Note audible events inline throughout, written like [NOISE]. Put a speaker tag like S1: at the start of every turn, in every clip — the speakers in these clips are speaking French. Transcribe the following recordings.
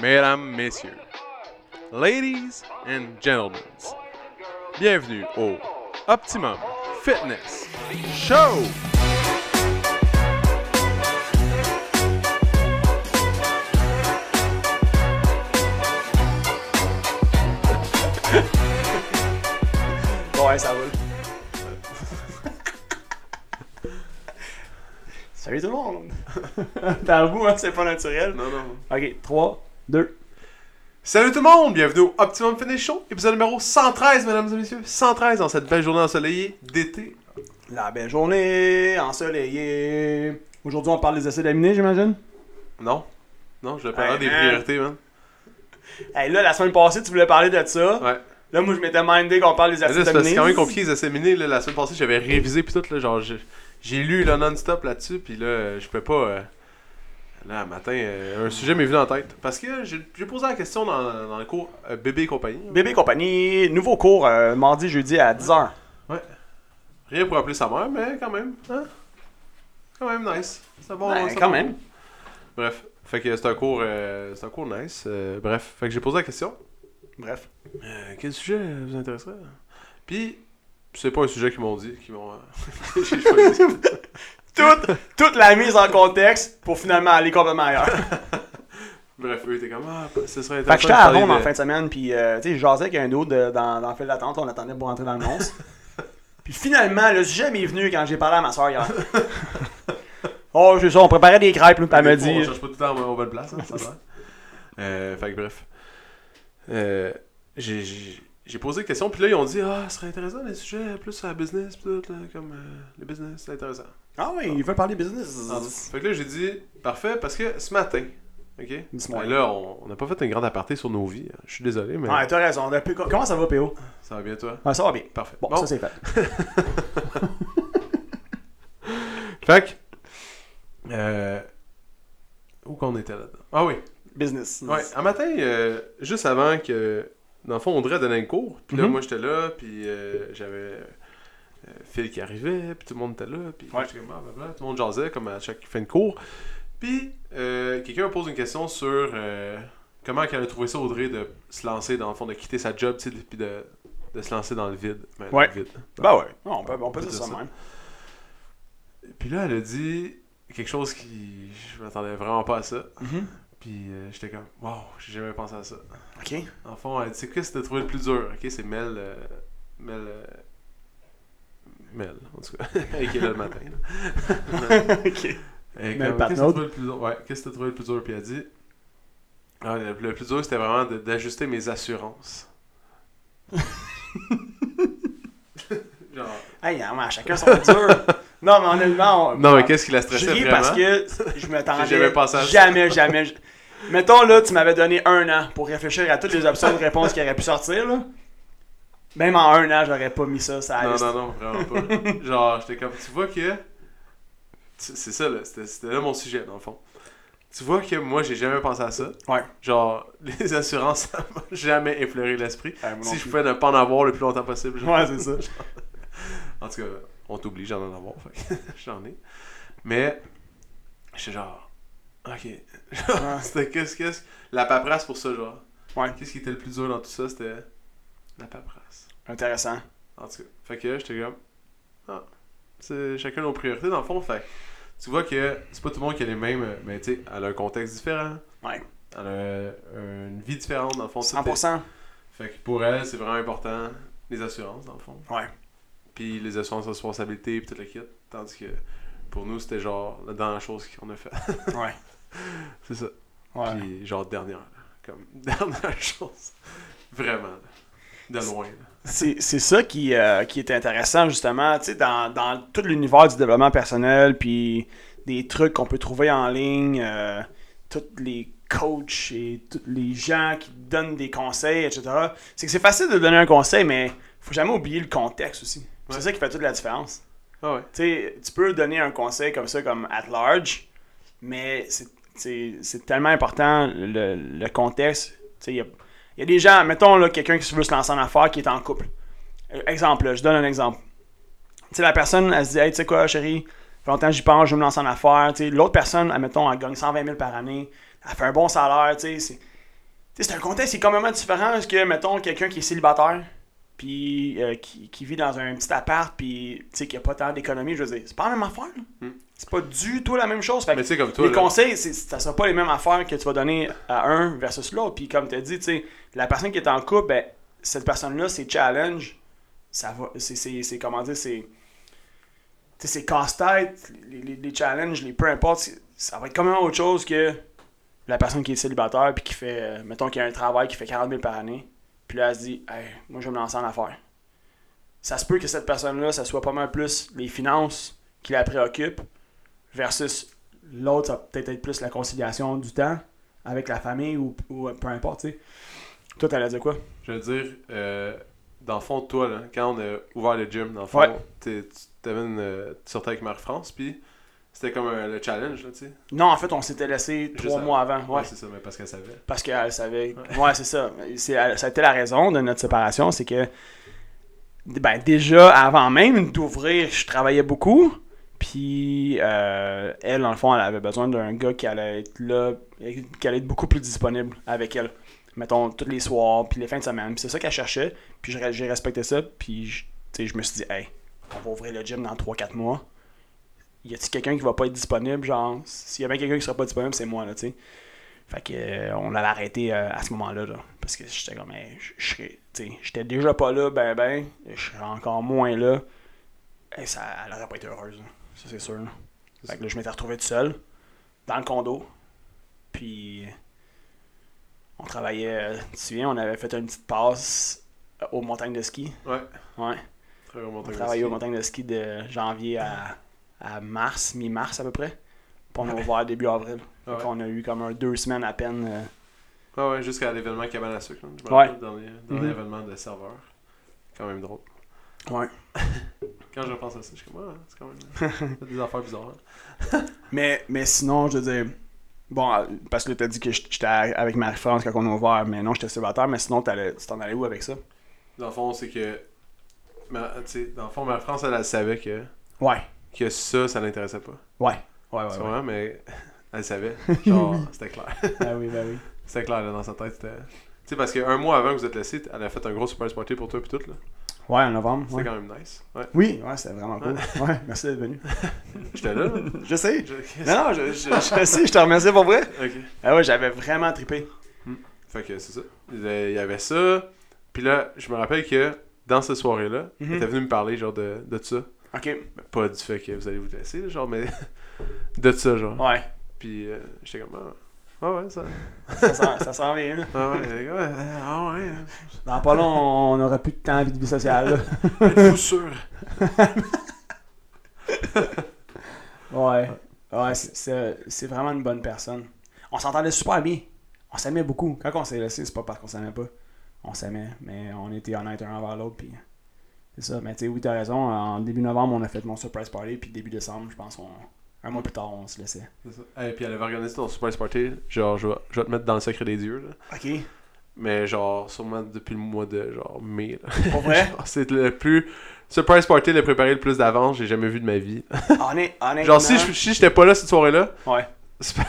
S1: mesdames, messieurs, ladies and gentlemen, bienvenue au Optimum Fitness Show!
S2: Ouais, ça roule. [LAUGHS] Salut tout le [LAUGHS] monde! Dans le goût, hein, c'est pas naturel.
S1: Non, non.
S2: Ok, 3, 2.
S1: Salut tout le monde, bienvenue au Optimum Fitness Show, épisode numéro 113, mesdames et messieurs, 113 dans cette belle journée ensoleillée d'été.
S2: La belle journée, ensoleillée. Aujourd'hui, on parle des acides aminés, j'imagine?
S1: Non? Non, je vais parler
S2: Hey,
S1: des
S2: man.
S1: priorités, man.
S2: Hey, là, la semaine passée, tu voulais parler de ça.
S1: Ouais.
S2: Là, moi, je m'étais mindé qu'on parle des
S1: Mais là,
S2: acides
S1: c'est parce que
S2: aminés.
S1: c'est quand même compliqué les asséminés. Là, la semaine passée, j'avais révisé puis tout. Là, genre, j'ai, j'ai lu là, non-stop là-dessus. Puis là, euh, je peux pas. euh, là, un matin, euh, un sujet m'est venu en tête. Parce que euh, j'ai, j'ai posé la question dans, dans le cours euh, Bébé et compagnie.
S2: Bébé compagnie, nouveau cours euh, mardi, jeudi à 10h.
S1: Rien pour appeler sa mère, mais quand même. Hein? Quand même nice. C'est bon.
S2: Ben,
S1: c'est
S2: quand
S1: bon.
S2: même.
S1: Bref. Fait que c'est un cours, euh, c'est un cours nice. euh, bref. Fait que j'ai posé la question.
S2: Bref.
S1: Euh, quel sujet euh, vous intéresserait? Puis, c'est pas un sujet qu'ils m'ont dit, qu'ils m'ont... [LAUGHS] euh, que j'ai choisi.
S2: Toute, toute la mise en contexte pour finalement aller complètement ailleurs.
S1: Bref, eux étaient comme ah, ce serait intéressant.
S2: Fait que j'étais
S1: de
S2: à
S1: parler
S2: Rome
S1: de-
S2: en fin de semaine, puis euh, tu sais, je jasais avec un dos de- dans, dans le fil d'attente, on attendait pour rentrer dans le monstre. puis finalement, le sujet m'est venu quand j'ai parlé à ma soeur hier. [LAUGHS] oh, c'est ça, on préparait des crêpes, là, puis
S1: Des
S2: elle m'a
S1: fois, On
S2: dit.
S1: cherche pas tout le temps aux bonnes places, hein, ça
S2: [LAUGHS]
S1: va. Euh, fait que bref. Euh, j'ai- J'ai j'ai posé des questions, puis là, ils ont dit Ah, ce serait intéressant les sujets plus sur la business, pis tout, là, comme euh, le business, c'est intéressant.
S2: Ah oui, il veut parler business.
S1: Fait que là, j'ai dit Parfait, parce que ce matin, ok
S2: Dis-moi.
S1: Ben Là, on on n'a pas fait une grande aparté sur nos vies, hein. je suis désolé, mais
S2: Ouais, t'as raison. on a pu- Comment ça va, PO
S1: ça va bien, toi
S2: Ah, Ça va bien.
S1: Parfait.
S2: Bon, ça c'est fait.
S1: fait que. euh, où qu'on était là-dedans Ah oui.
S2: Business.
S1: Ouais, un matin, euh, juste avant que. Dans le fond, Audrey donnait un cours. Puis là,
S2: Mhm.
S1: moi, j'étais là. Puis euh, j'avais euh, Phil qui arrivait. Puis tout le monde était là. Puis
S2: Ouais.
S1: j'étais comme, ah, blablabla, tout le monde jasait comme à chaque fin de cours. Puis euh, quelqu'un me pose une question sur euh, comment elle a trouvé ça, Audrey, de se lancer dans le fond, de quitter sa job, tu sais, puis de, de se lancer dans le vide. Ben, dans
S2: Ouais.
S1: le vide.
S2: Bah ouais, Non, on peut, on peut dire ça de même.
S1: Puis là, elle a dit quelque chose qui. Je m'attendais vraiment pas à ça.
S2: Mhm.
S1: Puis euh, j'étais comme, wow, j'ai jamais pensé à ça.
S2: Ok.
S1: En fond, euh, tu sais quoi, c'était trouvé le plus dur, ok? C'est Mel. euh, Mel. euh, Mel, en tout cas. [LAUGHS] qui est là le matin. là.
S2: ok.
S1: Et comme, Qu'est-ce que
S2: Mel
S1: t'as
S2: Patnaud.
S1: trouvé le plus dur? Ouais, qu'est-ce que t'as trouvé le plus dur? Puis elle dit. Ah, le, le plus dur, c'était vraiment de- d'ajuster mes assurances. Genre.
S2: Hey, à chacun son [LAUGHS] dur. non, mais honnêtement, on...
S1: Non, mais qu'est-ce qui la
S2: Je
S1: stressait
S2: ris
S1: vraiment?
S2: parce que je m'attendais
S1: J'ai jamais pensé à ça.
S2: jamais, jamais. j- Mettons là, tu m'avais donné un an pour réfléchir à toutes les options de réponse qui auraient pu sortir là. Même en un an, j'aurais pas mis ça ça
S1: Non, non, non, vraiment pas. Genre, j'étais comme, tu vois que. tu- C'est ça, là. C'était c'était là mon sujet, dans le fond. Tu vois que moi, j'ai jamais pensé à ça.
S2: Ouais.
S1: Genre, [LAUGHS] les assurances, ça m'a jamais effleuré l'esprit. Si je pouvais ne pas en avoir le Euh, plus longtemps possible. genre.
S2: [LAUGHS] Ouais, c'est ça.
S1: En tout cas, on t'oblige à en avoir. fait que [LAUGHS] J'en ai. Mais, j'étais genre, ok. [LAUGHS]
S2: Ouais.
S1: C'était qu'est-ce que. La paperasse pour ça, genre.
S2: Ouais.
S1: Qu'est-ce qui était le plus dur dans tout ça? C'était la paperasse.
S2: Intéressant.
S1: En tout cas, fait que j'étais comme. Ah, c'est chacun nos priorités dans le fond. Fait que tu vois que c'est pas tout le monde qui a les mêmes. euh, Mais tu sais, elle a un contexte différent.
S2: Ouais.
S1: Elle a euh, une vie différente dans le fond. tout est-
S2: 100%.
S1: Fait que pour elle, c'est vraiment important les assurances dans le fond.
S2: Ouais.
S1: Puis les assurances de responsabilité puis tout le kit. Tandis que pour nous, c'était genre la dernière chose qu'on a fait. [LAUGHS]
S2: Ouais.
S1: c'est ça.
S2: Ouais.
S1: Puis genre dernière. là. Comme [LAUGHS] dernière chose. Vraiment. là. De loin. là.
S2: C'est c'est ça qui, euh, qui est intéressant, justement, tu sais, dans, dans tout l'univers du développement personnel, puis des trucs qu'on peut trouver en ligne, euh, tous les coachs et tous les gens qui donnent des conseils, etc. C'est que c'est facile de donner un conseil, mais faut jamais oublier le contexte aussi.
S1: Ouais.
S2: C'est ça qui fait toute la différence.
S1: Ah ouais.
S2: Tu sais, tu peux donner un conseil comme ça, comme at large, mais c'est- c'est c'est tellement important le, le contexte. Tu sais, il y a, il y a des gens, mettons là, quelqu'un qui veut se lancer en affaires qui est en couple. Euh, Exemple, là, je donne un exemple. Tu sais, la personne, elle se dit, hey, tu sais quoi, chérie, ça fait longtemps que j'y pense, je veux me lancer en affaires. Tu sais, l'autre personne, admettons, elle gagne 120 000 par année, elle fait un bon salaire, tu sais, c'est- Tu sais, C'est un contexte qui est complètement différent parce que, mettons, quelqu'un qui est célibataire, puis euh, qui, qui vit dans un petit appart, puis tu sais, qui a pas tant d'économie, je veux dire, c'est pas la même affaire. là.
S1: Mm.
S2: C'est pas du tout la même chose. Fait que
S1: Mais tu sais, comme toi.
S2: les
S1: là,
S2: conseils, c'est- ça sera pas les mêmes affaires que tu vas donner à un versus l'autre. Puis comme tu as dit, tu sais, la personne qui est en couple, ben, cette personne-là, c'est challenge. Ça va, c'est, c'est, c'est- comment dire, c'est, tu sais, c'est casse-tête, les, les- les challenges, les peu importe, c'est- ça va être quand même autre chose que la personne qui est célibataire puis qui fait, euh, mettons qu'il y a un travail qui fait 40 000 par année, puis là, elle se dit, hey, moi, je vais me lancer en affaires. Ça se peut que cette personne-là, ça soit pas mal plus les finances qui la préoccupent versus l'autre, ça va peut-être être plus la conciliation du temps avec la famille ou, ou peu importe, tu sais. Toi, t'allais dire quoi?
S1: Je veux dire, euh, dans le fond, toi, là, quand on a ouvert le gym, dans le fond,
S2: Ouais.
S1: t'es- tu t'amènes, euh, tu sortais avec Marie-France, puis c'était comme euh, le challenge, là, tu sais.
S2: Non, en fait, on s'était laissé
S1: Juste
S2: trois
S1: avant.
S2: mois avant, ouais.
S1: c'est ça, mais parce qu'elle savait.
S2: Parce qu'elle savait. Ouais, c'est ça. C'est, elle- ça a été la raison de notre séparation, c'est que. Ben, déjà, avant même d'ouvrir, je travaillais beaucoup. Puis, euh, elle, dans le fond, elle avait besoin d'un gars qui allait être là, qui allait être beaucoup plus disponible avec elle. Mettons, tous les soirs, puis les fins de semaine. Puis c'est ça qu'elle cherchait. Puis, je- j'ai respecté ça. Puis, je- tu sais, je me suis dit, hey, on va ouvrir le gym dans 3-4 mois. Y a-t-il quelqu'un qui va pas être disponible? Genre, s'il y a bien quelqu'un qui sera pas disponible, c'est moi, là, tu sais. Fait que euh, on l'avait arrêté euh, à ce moment-là. là. parce que j'étais comme Hey, je- je serais- tu sais, j'étais déjà pas là, ben ben, je serais encore moins là. Et ça, elle aurait pas été heureuse, là. ça c'est sûr. là. Fait que là, je m'étais retrouvé tout seul, dans le condo. Puis on travaillait, euh, tu te souviens, on avait fait une petite passe euh, aux montagnes de ski.
S1: Ouais,
S2: Ouais.
S1: travailler au
S2: On
S1: montagne.
S2: travaillait aux montagnes de ski de janvier à, à mars, mi-mars à peu près. Puis on a ouvert début avril.
S1: Ah ouais.
S2: On a eu comme un deux semaines à peine. euh,
S1: Ouais, ouais, jusqu'à l'événement Cabane à sucre. là. Je me
S2: Ouais.
S1: rappelle, dernier, dernier
S2: Mhm.
S1: événement de serveur. Quand même drôle.
S2: Ouais.
S1: Quand je repense à ça, je suis comme, ah, c'est quand
S2: [LAUGHS]
S1: même euh, des affaires bizarres.
S2: Mais, mais sinon, je veux dire. Bon, euh, parce que là, t'as dit que j'étais avec Marie-France quand on a ouvert, mais non, j'étais célibataire, mais sinon, t'allais- tu t'en allais où avec ça?
S1: Dans le fond, c'est que. Ma, tu sais, dans le fond, Marie-France, elle, elle savait que,
S2: Ouais.
S1: que ça, ça l'intéressait pas.
S2: Ouais. Ouais, ouais,
S1: C'est vrai, mais [LAUGHS] elle
S2: [LAUGHS]
S1: savait. Genre, c'était clair.
S2: Ben oui, ben oui.
S1: C'était clair, là, dans sa tête. c'était- Tu sais, parce qu'un mois avant que vous êtes laissé, elle a fait un gros super sportif pour toi, puis tout, là.
S2: Ouais, en novembre.
S1: C'était
S2: ouais.
S1: quand même nice. Ouais. [LAUGHS]
S2: Oui, ouais, c'était vraiment cool. Ouais, merci d'être [LAUGHS] venu.
S1: J'étais là. là.
S2: Je sais.
S1: Je-
S2: Non, non, je, je, je sais, je te remercie pour vrai.
S1: ok.
S2: Ah ouais, j'avais vraiment trippé.
S1: Fait que c'est ça. Il y avait ça. Puis là, je me rappelle que dans cette soirée-là,
S2: Mhm.
S1: elle était venue me parler, genre, de, de ça.
S2: Ok.
S1: Ben, pas du fait que vous allez vous laisser, genre, mais [LAUGHS] de ça, genre.
S2: Ouais.
S1: Puis euh, j'étais comme, ah, ah ouais, ça.
S2: Ça sent, ça sent bien, là.
S1: Ah
S2: [LAUGHS]
S1: ouais, ouais, ah ouais. hein.
S2: Dans pas long, on n'aura plus de temps de vie sociale, là.
S1: Êtes-vous sûr?
S2: Ouais. Ouais, c'est- c'est c'est vraiment une bonne personne. On s'entendait super bien. On s'aimait beaucoup. Quand on s'est laissé, c'est pas parce qu'on s'aimait pas. On s'aimait, mais on était honnêtes un envers l'autre. Puis c'est ça. Mais tu sais, oui, t'as raison. En début novembre, on a fait mon surprise party. Puis début décembre, je pense qu'on. Un mois plus tard, on se laissait.
S1: C'est ça. Et puis elle avait organisé ton super party, genre, je vais, je vais te mettre dans le secret des dieux, là.
S2: Ok.
S1: Mais genre, sûrement depuis le mois de genre mai. là.
S2: Pour vrai?
S1: [LAUGHS] Genre, C'est le plus. Surprise Party, le préparé le plus d'avance, j'ai jamais vu de ma vie.
S2: Honnêt- honnêtement.
S1: Genre, si je- si j'étais pas là cette soirée-là,
S2: Ouais.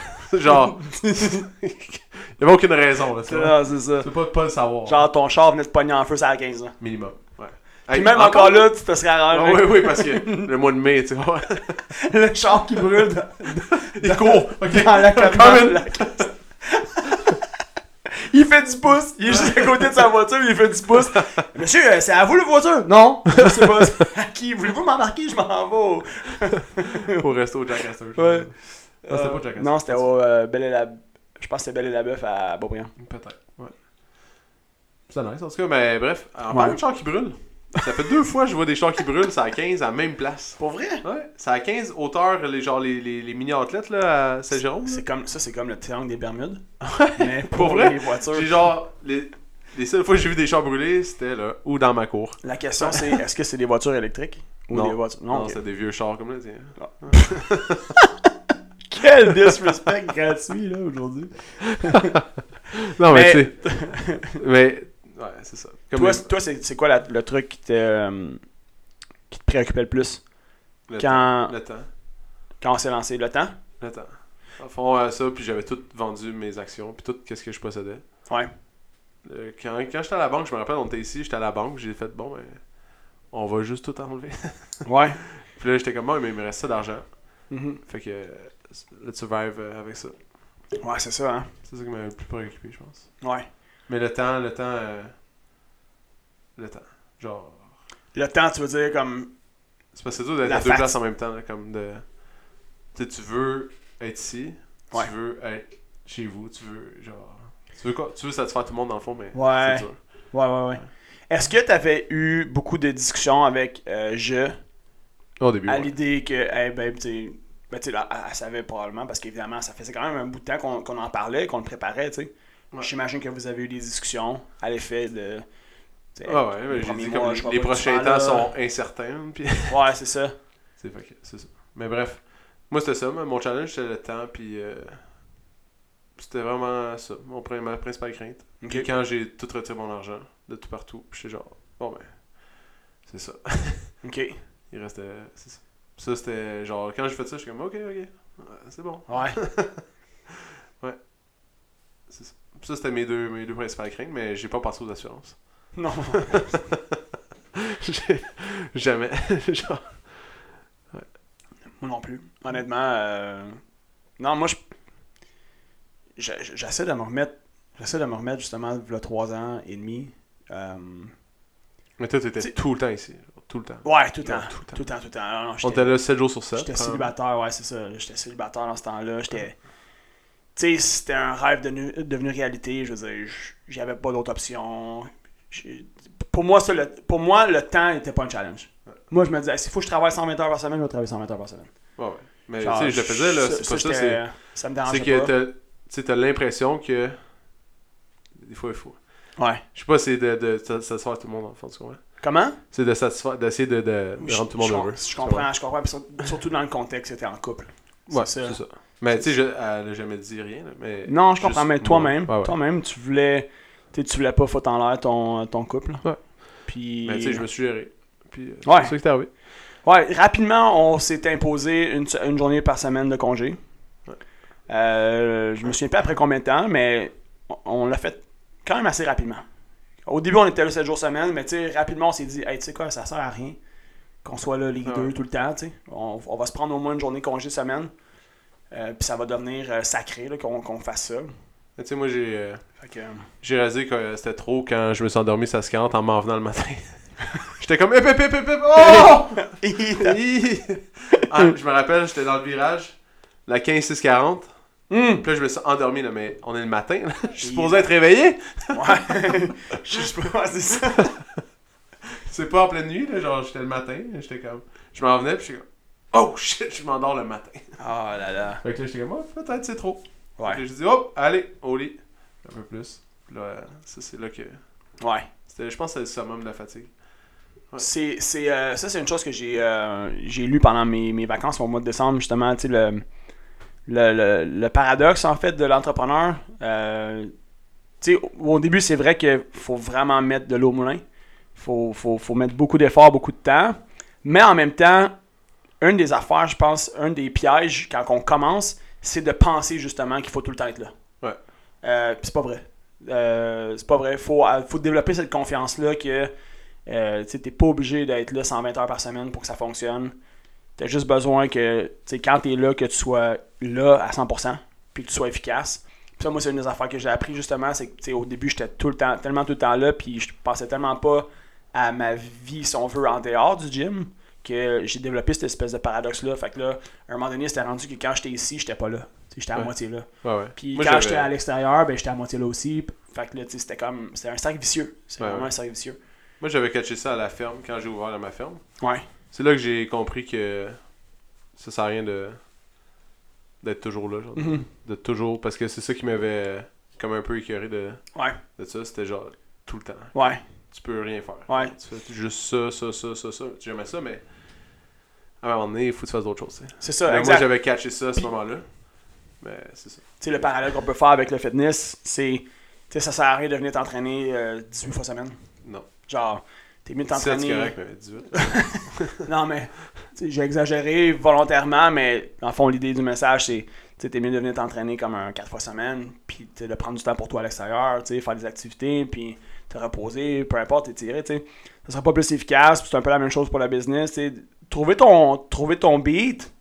S1: [LAUGHS] genre. Il y avait aucune raison, là, tu
S2: [LAUGHS] C'est
S1: vois.
S2: ça, c'est ça.
S1: Tu peux pas, pas le savoir.
S2: Genre, ton char venait de pogner en feu, ça à 15 là.
S1: Minimum. Ouais.
S2: Puis
S1: Hey,
S2: même encore là, tu te serais
S1: Ah,
S2: arrangé.
S1: oui, oui,
S2: [LAUGHS]
S1: parce que le mois de mai, tu vois.
S2: Le char qui brûle. dans-
S1: Il court. Ok.
S2: [LAUGHS] dans la cabane,
S1: Common.
S2: la- il fait 10 pouces. Il est juste à côté de sa voiture, il fait 10 pouces. [LAUGHS] Monsieur, euh, c'est à vous la voiture? Non. [LAUGHS] Je sais pas. c'est À qui? Voulez-vous m'embarquer? Je m'en vais. au-
S1: Au resto Jack Astor.
S2: Ouais.
S1: Non, c'était pas
S2: Euh,
S1: Jack Astor.
S2: Non, c'était au euh, Belle et la... Je pense que c'était Belle et la Bœuf à Beaubriand.
S1: Peut-être. Ouais. C'est nice, en tout cas, mais bref. En
S2: Ouais.
S1: parlant de chars qui brûlent, ça fait deux fois que je vois des chars qui brûlent, c'est à 15 à la même place.
S2: Pour vrai?
S1: Ouais, c'est à 15 hauteur, les, genre les, les, les mini-athlètes là, à Saint-Jérôme. là.
S2: C'est comme, ça, c'est comme le triangle des Bermudes. [LAUGHS] Mais pour,
S1: Pour vrai?
S2: les voitures.
S1: J'ai genre, les, les seules fois que j'ai vu des chars brûlés, c'était là, ou dans ma cour.
S2: La question, c'est est-ce que c'est des voitures électriques? Ou
S1: Non.
S2: des voitures.
S1: Non,
S2: Non, ok.
S1: c'était des vieux chars comme hein. là, tiens.
S2: Quel disrespect gratuit, là, aujourd'hui.
S1: Non,
S2: mais
S1: mais,
S2: Mais-
S1: tu sais. mais, ouais, c'est ça. Comme
S2: Toi,
S1: les-
S2: c'est- toi, c'est c'est quoi la- le truc qui te, euh, qui te préoccupait le plus
S1: le
S2: quand,
S1: temps. Le temps.
S2: quand on s'est lancé? Le temps?
S1: Le temps. En fond, euh, ça, puis j'avais tout vendu mes actions, puis tout qu'est-ce que je possédais.
S2: Ouais.
S1: Euh, quand quand j'étais à la banque, je me rappelle, on était ici, j'étais à la banque, j'ai fait, bon, ben, on va juste tout enlever.
S2: [LAUGHS]
S1: [LAUGHS]
S2: Ouais.
S1: puis là, j'étais comme, bon, mais il me reste ça d'argent.
S2: Mhm.
S1: Fait que, euh, let's survive euh, avec ça.
S2: Ouais, c'est ça, hein.
S1: C'est ça qui m'avait le plus préoccupé, je pense.
S2: Ouais.
S1: Mais le temps, le temps. euh, Le temps. Genre.
S2: Le temps, tu veux dire, comme.
S1: C'est parce que c'est dur d'être
S2: La
S1: à deux
S2: fac-
S1: places en même temps. là, Comme de. Tu sais, tu veux être ici.
S2: Ouais.
S1: Tu veux être chez vous. Tu veux, genre. Tu veux, quoi- tu veux satisfaire tout le monde dans le fond, mais
S2: Ouais.
S1: c'est dur.
S2: Ouais, ouais, ouais. Est-ce que t'avais eu beaucoup de discussions avec euh, je
S1: Au début,
S2: à
S1: ouais.
S2: l'idée que, eh ben, tu ben, tu sais, là, elle, elle savait probablement, parce qu'évidemment, ça faisait quand même un bout de temps qu'on qu'on en parlait, qu'on le préparait, tu sais.
S1: Ouais.
S2: J'imagine que vous avez eu des discussions à l'effet de. tu sais,
S1: Ouais, Ah ouais, mais
S2: le
S1: j'ai
S2: premier
S1: dit
S2: mois,
S1: comme
S2: je
S1: les,
S2: vois
S1: les
S2: pas que tu
S1: prochains
S2: vas
S1: temps
S2: là.
S1: sont incertains, puis
S2: Ouais, c'est ça.
S1: c'est fait que c'est ça. Mais bref, moi c'était ça, moi, mon challenge c'était le temps, puis euh, c'était vraiment ça, mon, prin- ma principale crainte.
S2: Ok.
S1: Puis quand j'ai tout retiré mon argent de tout partout, puis j'étais genre, bon ben, c'est ça. [LAUGHS]
S2: Ok.
S1: Il restait. C'est ça. Puis ça, c'était genre, quand j'ai fait ça, j'étais comme, ok, ok, ouais, c'est bon.
S2: Ouais.
S1: C'est ça. Puis ça, c'était mes deux, mes deux principales craintes, mais j'ai pas passé aux assurances.
S2: [LAUGHS]
S1: [LAUGHS]
S2: Non.
S1: J'ai- Jamais. [LAUGHS] genre,
S2: Moi non plus. Honnêtement, euh, non, moi, je- je- je- j'essaie de me remettre, j'essaie de me remettre justement le 3 ans et demi. Euh,
S1: mais toi, t'étais
S2: C'est-
S1: tout le temps ici, genre, tout le temps.
S2: Ouais, tout le
S1: Genre,
S2: temps.
S1: tout le temps.
S2: Tout le temps, tout le temps. Non, non,
S1: On
S2: j'étais-
S1: était là 7 jours sur hein. 7.
S2: J'étais célibataire, ouais, c'est ça. J'étais célibataire dans ce temps-là. J'étais. Tu sais, c'était un rêve devenu, devenu réalité. Je veux dire, j- j'avais pas d'autre option. J'ai- Pour moi, ça, le, pour moi, le temps n'était pas un challenge. Moi, je me disais, s'il faut que je travaille 120 heures par semaine, je vais travailler 120 heures par semaine.
S1: Ouais, ouais. Mais Euh, tu
S2: Genre,
S1: sais, je le faisais, là, c'est pas ça, c'est.
S2: j'étais- Ça me dérangeait
S1: C'est que
S2: pas.
S1: t'as- tu sais, t'as l'impression que. Des fois, il faut.
S2: Ouais.
S1: Je sais pas, c'est de, de sa- satisfaire tout le monde, en fond, tu comprends?
S2: Comment?
S1: C'est de satisfaire, d'essayer de, de, de
S2: Je-
S1: rendre tout le
S2: je,
S1: monde heureux.
S2: Je comprends, je comprends. Puis sur- surtout dans le contexte, c'était en couple.
S1: tu comprends? Ouais,
S2: C'est ça.
S1: c'est ça. Mais tu sais, je- elle a jamais dit rien, là, mais.
S2: Non, je comprends,
S1: Juste
S2: mais
S1: moi.
S2: toi-même,
S1: Ouais, ouais.
S2: toi-même, tu voulais. tu sais, Tu voulais pas foutre en l'air ton, ton couple.
S1: Ouais.
S2: Puis.
S1: Mais tu sais, je me suis géré. Puis, euh,
S2: Ouais.
S1: c'est ça qui est arrivé.
S2: Ouais, rapidement, on s'est imposé une, se- une journée par semaine de congé.
S1: Ouais.
S2: Euh, je me souviens pas après combien de temps, mais on, on l'a fait quand même assez rapidement. Au début, on était là 7 jours semaine, mais tu sais, rapidement, on s'est dit, hey, tu sais quoi, ça sert à rien qu'on soit là les
S1: Ouais.
S2: deux tout le temps, tu sais. On, on va se prendre au moins une journée de congé semaine, euh, puis ça va devenir euh, sacré là, qu'on qu'on fasse ça.
S1: Mais tu sais, moi, j'ai. euh,
S2: Fait que,
S1: J'ai réalisé que euh, c'était trop quand je me suis endormi ça 40 en m'en venant le matin. [LAUGHS] J'étais comme hip hip hip hip hip
S2: [LAUGHS]
S1: oh! Hi! Ah, je me rappelle, j'étais dans le virage, la 15-6-40. [LAUGHS]
S2: Hum!
S1: Puis là, je me suis endormi, là, mais on est le matin. là. [LAUGHS] Je suis supposé être réveillé.
S2: Ouais, [LAUGHS] je sais pas, c'est ça.
S1: C'est pas en pleine nuit, là, genre, j'étais le matin. J'étais comme. Je m'en venais, puis j'étais comme. Oh shit, je m'endors le matin.
S2: Oh là là.
S1: [LAUGHS] Fait que Ah là, j'étais comme, oh, peut-être c'est trop. Fait
S2: Ouais,
S1: que je dis, hop, allez, au lit. Un peu plus. Puis là, euh, ça, c'est là que.
S2: ouais.
S1: c'était- Je pense que c'était le summum de la fatigue. Ouais.
S2: C'est, c'est, euh, ça, c'est une chose que j'ai, euh, j'ai lu pendant mes, mes vacances au mois de décembre, justement. Tu sais, le, le, le, le paradoxe, en fait, de l'entrepreneur. Euh, tu sais, au- au début, c'est vrai qu'il faut vraiment mettre de l'eau au moulin. faut, faut, faut mettre beaucoup d'efforts, beaucoup de temps. Mais en même temps, une des affaires, je pense, un des pièges quand on commence, c'est de penser justement qu'il faut tout le temps être là.
S1: Ouais.
S2: Euh, Puis c'est pas vrai. Euh, c'est pas vrai. Faut, euh, faut développer cette confiance-là que euh, tu sais, t'es pas obligé d'être là 120 heures par semaine pour que ça fonctionne. T'as juste besoin que, tu sais, quand t'es là, que tu sois là à 100%, puis que tu sois efficace. Puis ça, moi, c'est une des affaires que j'ai appris justement, c'est que, tu sais, au début, j'étais tout le temps, tellement tout le temps là, puis je pensais tellement pas à ma vie, si on veut, en dehors du gym, que j'ai développé cette espèce de paradoxe-là. Fait que là, à un moment donné, c'était rendu que quand j'étais ici, j'étais pas là. Tu sais, J'étais à
S1: Ouais.
S2: moitié là.
S1: Ouais, ouais.
S2: Puis
S1: Moi,
S2: quand j'étais
S1: j'avais-
S2: à l'extérieur, ben j'étais à moitié là aussi. Fait que là, tu sais, c'était comme, c'était un cercle vicieux. C'est
S1: Ouais,
S2: vraiment
S1: ouais.
S2: un cercle vicieux.
S1: Moi, j'avais catché ça à la ferme quand j'ai ouvert à ma ferme.
S2: Ouais.
S1: C'est là que j'ai compris que ça sert à rien de d'être toujours là, genre, de-
S2: Mhm.
S1: de toujours parce que c'est ça qui m'avait euh, comme un peu écœuré de,
S2: Ouais,
S1: de ça, c'était genre tout le temps.
S2: ouais,
S1: Tu peux rien faire.
S2: Ouais.
S1: Tu fais juste ça, ça, ça, ça, ça. Tu jamais ça, mais à un moment donné, il faut que tu fasses d'autres choses. tu sais.
S2: c'est ça.
S1: Mais
S2: exact.
S1: Ben, moi, j'avais catché ça à ce moment-là. Mais c'est ça.
S2: Tu sais, le parallèle qu'on peut faire avec le fitness, c'est, tu sais, ça sert à rien de venir t'entraîner euh, 18 fois semaine.
S1: Non.
S2: Genre, t'es mieux de
S1: 17, c'est
S2: t'entraîner.
S1: correct, mais 18.
S2: [LAUGHS] Non, mais tu sais, j'ai exagéré volontairement, mais en fond, l'idée du message, c'est tu Tu sais, t'es mieux de venir t'entraîner comme un 4 fois semaine, puis tu sais, de prendre du temps pour toi à l'extérieur, tu sais, faire des activités, puis te reposer, peu importe, t'étirer, tu sais. Ça sera pas plus efficace, puis c'est un peu la même chose pour la business, tu sais. Trouver ton, trouver ton beat,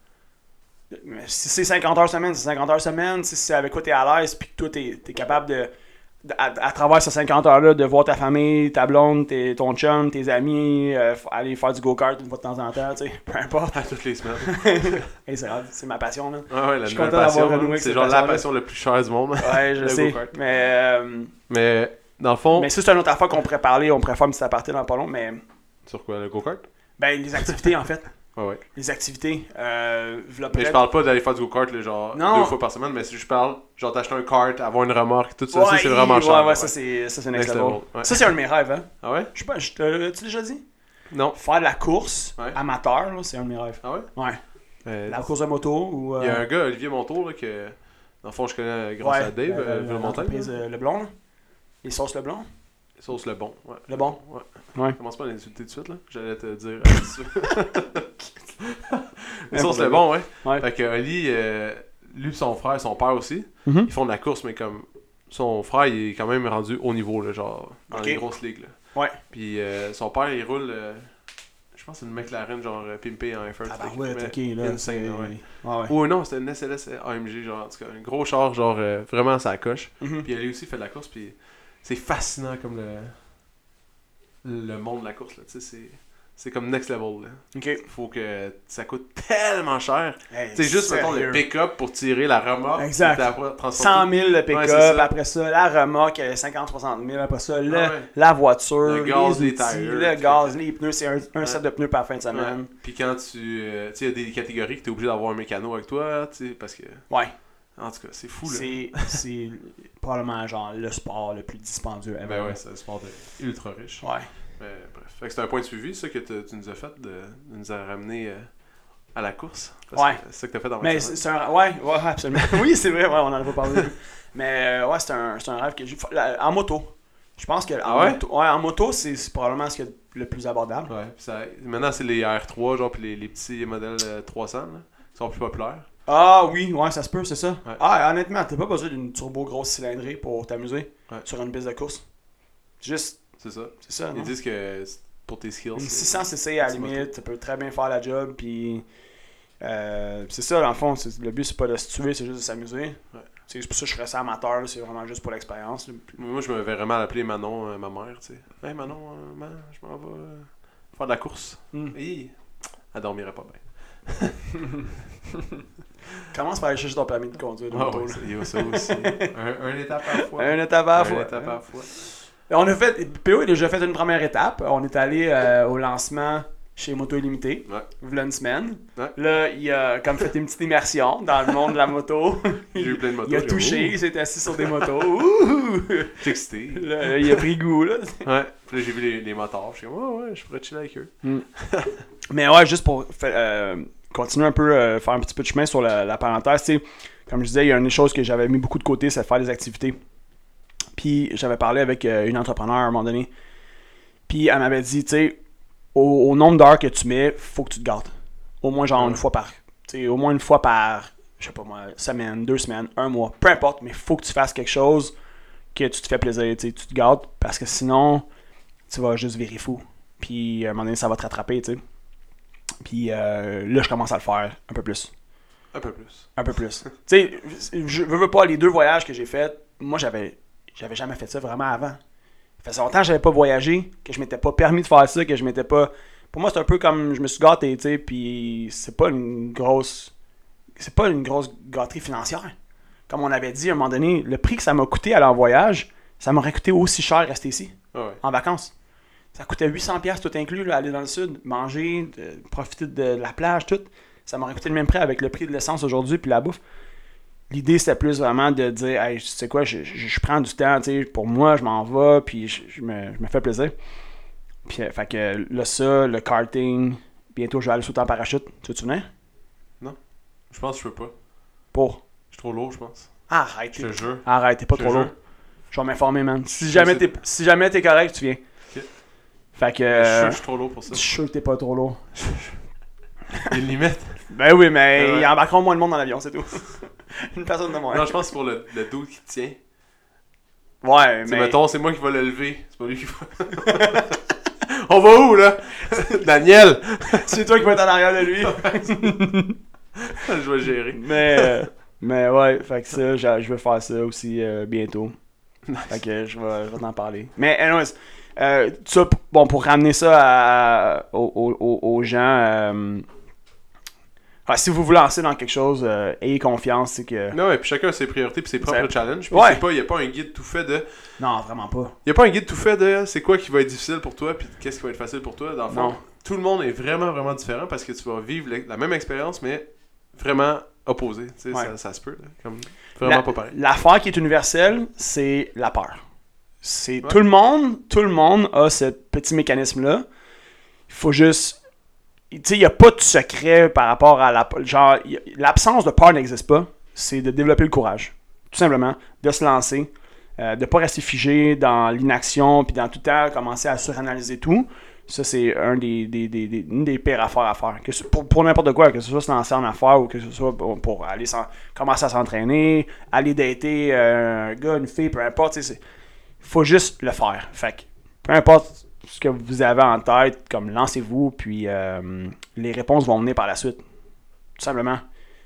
S2: mais si c'est 50 heures semaine, c'est 50 heures semaine, si c'est avec quoi t'es à l'aise, puis que toi t'es es capable de, de- à, à travers ces 50 heures-là, de voir ta famille, ta blonde, tes- ton chum, tes amis, euh, f- aller faire du go-kart une fois de temps en temps, tu sais, [LAUGHS] peu importe.
S1: À toutes les semaines.
S2: Hey, c'est grave, c'est ma passion, là.
S1: Ah ouais, la
S2: Je suis
S1: nouvelle
S2: content d'avoir
S1: passion.
S2: renoué
S1: là.
S2: avec
S1: C'est
S2: cette
S1: genre la
S2: passion-là.
S1: passion la plus chère du monde.
S2: Ouais,
S1: [LAUGHS]
S2: je
S1: Le
S2: sais.
S1: go-kart.
S2: Mais, euh,
S1: Mais dans le fond,
S2: mais ça, c'est une autre affaire qu'on pourrait parler. On pourrait faire une petite aparté dans pas long. Mais
S1: sur quoi le go-kart
S2: ben, les activités, en fait.
S1: Ouais, ouais.
S2: Les activités. Euh, v'là
S1: Mais je
S2: peut-être-
S1: parle pas d'aller faire du go-kart là, genre
S2: Non.
S1: deux fois par semaine, mais si je parle, genre t'acheter un kart, avoir une remorque, tout ça, ça, c'est
S2: Ouais,
S1: vraiment
S2: ouais,
S1: cher.
S2: Ouais,
S1: là,
S2: ça,
S1: ouais.
S2: c'est ça, c'est un
S1: Next
S2: excellent.
S1: level, ouais.
S2: Ça, c'est un de mes rêves. Hein.
S1: Ah ouais
S2: Je sais pas, je te- tu déjà dit
S1: Non.
S2: Faire de la course
S1: Ouais.
S2: amateur, là, c'est un de mes rêves.
S1: Ah ouais
S2: Ouais.
S1: Euh,
S2: La course de moto ou. euh,
S1: Il y a un gars, Olivier Montour, là, que dans le fond je connais grâce
S2: ouais,
S1: à Dave,
S2: euh,
S1: euh, Ville Montagne.
S2: l'entreprise,
S1: là.
S2: euh, Leblon, là. Les sauces Leblon.
S1: Sauce le bon. Ouais.
S2: Leblon.
S1: Ouais.
S2: Ouais.
S1: Commence pas à l'insulter tout de suite, là. J'allais te
S2: [LAUGHS]
S1: dire. euh, dessus. Mais ça, c'est bon, ouais.
S2: Ouais.
S1: Fait que Oli, euh, lui pis son frère, son père aussi,
S2: Mhm.
S1: ils font de la course, mais comme son frère, il est quand même rendu haut niveau, là, genre dans
S2: Ok.
S1: les grosses ligues. Là.
S2: Ouais.
S1: Puis euh, son père, il roule, euh, je pense, que c'est une McLaren, genre euh, pimpée en F1.
S2: Ah, bah
S1: fait que-
S2: ouais,
S1: mais-
S2: ok, là.
S1: insane,
S2: c'est- Ah,
S1: ouais.
S2: ouais.
S1: Ou non, c'était une SLS AMG, genre, en tout cas, un gros char, genre, euh, vraiment ça coche.
S2: Mhm.
S1: Puis elle aussi fait de la course, puis c'est fascinant comme le, le monde de la course, là, tu sais, c'est... C'est comme next level. Là.
S2: Ok.
S1: Faut que ça coûte tellement cher.
S2: Hey,
S1: C'est juste, mettons,
S2: sérieux.
S1: le pick-up pour tirer la remorque.
S2: Exact.
S1: puis t'as- transporter-
S2: 100 000 le pick-up,
S1: Ouais, c'est ça.
S2: après ça, la remorque, euh, 50-60 000, après ça, le-
S1: Ah ouais.
S2: la voiture,
S1: Le gaz, les
S2: outils,
S1: tires,
S2: le
S1: tout.
S2: gaz, les pneus, c'est un, un
S1: Ouais.
S2: set de pneus par fin de semaine.
S1: Ouais. Puis quand tu. euh, tu sais, il y a des catégories que t'es obligé d'avoir un mécano avec toi, tu sais, parce que.
S2: Ouais,
S1: En tout cas, c'est fou, là.
S2: c'est c'est probablement genre le sport le plus dispendieux ever.
S1: Ben ouais, c'est un sport de- ultra riche.
S2: Ah Ouais.
S1: Mais Euh, bref. Fait que c'est un point de suivi, ça, que t'as- tu nous as fait, de, de nous a ramené euh, à la course.
S2: Ouais.
S1: que C'est ça que t'as fait dans
S2: Mais
S1: ça.
S2: c'est c'est un ouais, ouais, absolument.
S1: [LAUGHS]
S2: oui, c'est vrai, ouais, on en a pas parlé. Mais euh, ouais, c'est un, c'est un rêve que j'ai. la- En moto. Je pense que en
S1: Ah ouais?
S2: moto, ouais, en moto, c'est c'est probablement ce qui est le plus abordable.
S1: Ouais, puis ça- maintenant, c'est les R3, genre, puis les, les petits modèles euh, 300, là, qui sont plus populaires.
S2: Ah oui, ouais, ça se peut, c'est ça.
S1: Ouais.
S2: Ah, honnêtement, t'as pas besoin d'une turbo grosse cylindrée pour t'amuser
S1: Ouais.
S2: sur une piste de course. Juste,
S1: C'est ça.
S2: c'est ça.
S1: Ils
S2: non?
S1: disent que c'est pour tes skills.
S2: Une
S1: c'est-
S2: 600cc à la
S1: c'est pas
S2: limite, ça peut très bien faire la job, puis. euh, c'est ça, dans le fond, c'est- le but c'est pas de se tuer, c'est juste de s'amuser.
S1: Ouais.
S2: C'est pour ça que je ferais ça amateur, c'est vraiment juste pour l'expérience. là. Puis-
S1: Moi, je me vais vraiment appeler Manon, euh, ma mère, tu sais. Hey Manon, euh, maman, je m'en vais euh, faire de la course.
S2: Hmm.
S1: Hi. Elle dormirait pas bien.
S2: Commence par aller chercher ton permis de conduire. de
S1: Ah
S2: moto,
S1: ouais,
S2: là.
S1: ça, il y a ça aussi. [LAUGHS] un, un étape à la fois.
S2: Un étape à la
S1: Un
S2: fois.
S1: étape à la fois.
S2: On a fait, PO a déjà fait une première étape. On est allé euh, au lancement chez Moto Illimité,
S1: Ouais.
S2: voilà une semaine.
S1: Ouais.
S2: Là, il a comme fait une petite immersion dans le monde de la moto.
S1: [LAUGHS] J'ai eu plein de motos.
S2: il a
S1: j'ai-
S2: touché, il s'est assis sur des motos. Ouh!
S1: Ouh, J'étais excité.
S2: [LAUGHS] Là, il a pris goût. Là.
S1: Ouais. Puis là, j'ai vu les, les motards. Je suis comme, Ah ouais, je pourrais chiller avec eux.
S2: Mais ouais, juste pour fa- euh, continuer un peu, euh, faire un petit peu de chemin sur la, la parenthèse, tu sais, comme je disais, il y a une des choses que j'avais mis beaucoup de côté, c'est de faire des activités. Puis j'avais parlé avec euh, une entrepreneur à un moment donné. Puis elle m'avait dit, tu sais, au, au nombre d'heures que tu mets, faut que tu te gardes. Au moins, genre,
S1: Ouais.
S2: une fois par. Tu sais, au moins une fois par, je sais pas moi, semaine, deux semaines, un mois, peu importe, mais faut que tu fasses quelque chose que tu te fais plaisir, tu sais, tu te gardes, parce que sinon, tu vas juste virer fou. Puis à un moment donné, ça va te rattraper, tu sais. Puis euh, là, je commence à le faire un peu plus.
S1: Un peu plus.
S2: Un peu plus. [LAUGHS] tu sais, je veux, veux pas, les deux voyages que j'ai faits, moi, j'avais j'avais jamais fait ça vraiment avant. Ça faisait longtemps que j'avais pas voyagé, que je m'étais pas permis de faire ça, que je m'étais pas. Pour moi, c'est un peu comme je me suis gâté, tu sais, puis c'est pas une grosse. C'est pas une grosse gâterie financière. Comme on avait dit à un moment donné, le prix que ça m'a coûté aller en voyage, ça m'aurait coûté aussi cher rester ici
S1: Ah ouais.
S2: en vacances. Ça coûtait 800 pièces tout inclus, là, aller dans le sud, manger, de- profiter de la plage, tout. Ça m'aurait coûté le même prix avec le prix de l'essence aujourd'hui puis la bouffe. L'idée, c'était plus vraiment de dire, hey, tu sais quoi, je, je- je prends du temps, tu sais, pour moi, je m'en vais, puis je, je me, je me fais plaisir. Puis, euh, fait que là, ça, le karting, bientôt, je vais aller sauter en parachute. Tu veux-tu venir?
S1: Je pense que je peux pas.
S2: Pour.
S1: Je suis trop lourd, je pense.
S2: Arrête.
S1: Je te
S2: t'es-
S1: jure.
S2: Arrête, t'es pas
S1: Je
S2: trop
S1: te
S2: lourd.
S1: jure.
S2: Je vais m'informer, man. Si jamais
S1: sais
S2: t'es si jamais t'es correct, tu viens.
S1: Ok.
S2: Fait que.
S1: Je suis sûr
S2: euh,
S1: que je suis trop lourd pour
S2: Je
S1: ça.
S2: suis sûr que t'es pas trop lourd.
S1: Il y a une limite.
S2: Ben oui, mais
S1: Ouais. [LAUGHS]
S2: ils embarqueront moins de monde dans l'avion, c'est tout. [LAUGHS] Une personne de moins.
S1: Ben Non, je pense que c'est pour le, le dos qui tient.
S2: Ouais,
S1: Tu sais,
S2: mais.
S1: mettons, c'est moi qui vais le lever. C'est pas lui qui va. On va [LAUGHS] où, là? Daniel!
S2: [LAUGHS]
S1: [LAUGHS]
S2: C'est toi qui vas être en arrière de lui.
S1: je vais gérer.
S2: mais. euh, mais ouais, fait que ça, j'a- je vais faire ça aussi euh, bientôt. Fait que je vais, je vais t'en parler. Mais, anyways, euh, ça, p- bon, pour ramener ça à- aux, aux- aux- aux gens, euh, ah, si vous vous lancez dans quelque chose, euh, ayez confiance, c'est que.
S1: Non, et puis chacun a ses priorités puis ses propres
S2: Ça-
S1: challenges. Puis
S2: Ouais.
S1: c'est pas, y a pas un guide tout fait de.
S2: Non, vraiment pas.
S1: Y a pas un guide tout fait de c'est quoi qui va être difficile pour toi puis qu'est-ce qui va être facile pour toi. Dans le fond,
S2: Non.
S1: tout le monde est vraiment, vraiment différent parce que tu vas vivre le- la même expérience mais vraiment opposée. Tu sais,
S2: Ouais.
S1: ça, ça se peut. là. Comme, vraiment
S2: La-
S1: pas pareil.
S2: L'affaire qui est universelle, c'est la peur. C'est
S1: Ouais.
S2: tout le monde, tout le monde a ce petit mécanisme-là. Il faut juste. Tu sais, il n'y a pas de secret par rapport à la. Genre, y a- l'absence de peur n'existe pas. C'est de développer le courage. Tout simplement. De se lancer. euh, de ne pas rester figé dans l'inaction. Puis dans tout le temps, commencer à suranalyser tout. Ça, c'est un des, des, des- des- une des pires affaires à faire. Que ce- pour pour n'importe quoi, que ce soit se lancer en affaires ou que ce soit pour, pour aller s'en- commencer à s'entraîner, aller dater euh, un gars, une fille, peu importe. Il faut juste le faire. Fait que, peu importe ce que vous avez en tête, comme lancez-vous, puis euh, les réponses vont venir par la suite. Tout simplement.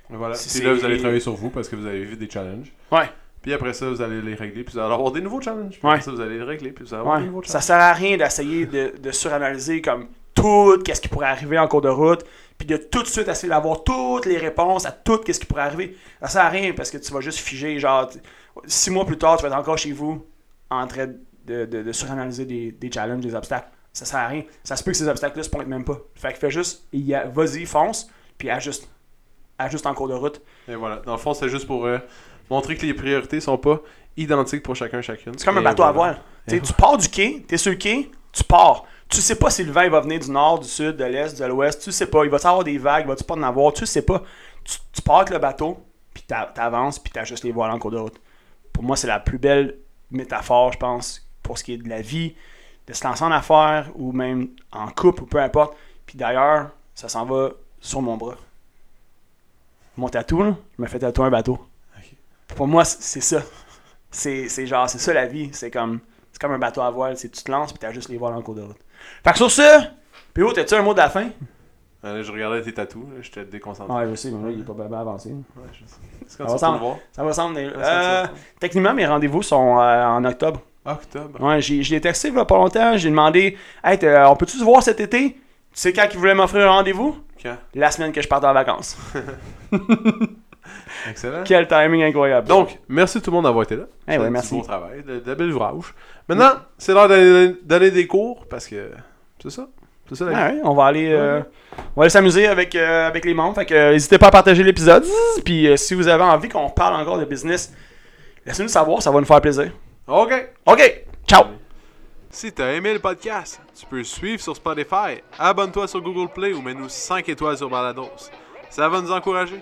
S1: Voilà.
S2: Si
S1: Puis
S2: c'est-
S1: là, vous allez travailler sur vous parce que vous avez vu des challenges.
S2: Ouais.
S1: Puis après ça, vous allez les régler. Puis vous allez avoir des nouveaux challenges. Puis
S2: Ouais.
S1: après ça, vous allez les régler. Puis vous allez avoir
S2: Ouais.
S1: des nouveaux
S2: Ça
S1: challenges.
S2: sert à rien d'essayer de, de suranalyser comme tout qu'est-ce qui pourrait arriver en cours de route, puis de tout de suite essayer d'avoir toutes les réponses à tout qu'est-ce qui pourrait arriver. Ça sert à rien parce que tu vas juste figer, genre, t- six mois plus tard, tu vas être encore chez vous en train de, de- de suranalyser des, des challenges, des obstacles. Ça sert à rien. Ça se peut que ces obstacles-là se pointent même pas. Fait que fais juste, y a- vas-y, fonce, puis ajuste. Ajuste en cours de route.
S1: Et voilà. Dans le fond, c'est juste pour euh, montrer que les priorités sont pas identiques pour chacun chacune.
S2: C'est comme un
S1: Et
S2: bateau à
S1: voilà.
S2: voile. Tu sais, tu pars du quai, t'es sur le quai, tu pars. Tu sais pas si le vent il va venir du nord, du sud, de l'est, de l'ouest. Tu sais pas. Il va avoir des vagues, va-tu pas en avoir. Tu sais pas. Tu, tu pars avec le bateau, puis t'a- t'avances, puis t'ajustes les voiles en cours de route. Pour moi, c'est la plus belle métaphore, je pense, pour ce qui est de la vie, de se lancer en affaires ou même en couple ou peu importe. Puis d'ailleurs, ça s'en va sur mon bras. Mon tatou, là, je me fais tatouer un bateau. Pour moi, c- c'est ça. C'est c'est genre, c'est ça la vie. C'est comme c'est comme un bateau à voile. C'est tu te lances puis t'as juste les voiles en cours de route. Fait que sur ça, P.O., t'as-tu un mot de la fin?
S1: Allez, je regardais tes tatous. là, J'étais déconcentré.
S2: Ouais, je sais, mais là, il est pas bien avancé.
S1: Ouais, je sais. C'est
S2: Ah,
S1: quand tu
S2: ça-
S1: vas le voir.
S2: Ça va sembler.
S1: ça-
S2: techniquement, mes rendez-vous sont euh, en octobre.
S1: Ah, Octobre.
S2: Ouais, j'ai j'ai texté il y a pas longtemps. J'ai demandé, hey, t'as- on peut-tu se voir cet été? Tu sais quand ils voulaient m'offrir un rendez-vous?
S1: Quand?
S2: La semaine que je parte en vacances.
S1: Excellent.
S2: Quel timing incroyable.
S1: Donc, merci tout le monde d'avoir été là.
S2: Eh ouais,
S1: C'est
S2: merci.
S1: Du beau travail, de, de belle ouvrage. Maintenant, c'est l'heure d'aller donner des cours parce que c'est ça. C'est ça la
S2: Ah
S1: vie.
S2: ouais, on va aller, euh,
S1: Ouais.
S2: on va aller s'amuser avec, euh, avec les membres. Fait que euh, n'hésitez pas à partager l'épisode. Zzz, Puis euh, si vous avez envie qu'on parle encore de business, laissez-nous savoir, ça va nous faire plaisir.
S1: OK.
S2: OK, ciao!
S1: Si t'as aimé le podcast, tu peux le suivre sur Spotify, abonne-toi sur Google Play ou mets-nous 5 étoiles sur Balados. Ça va nous encourager.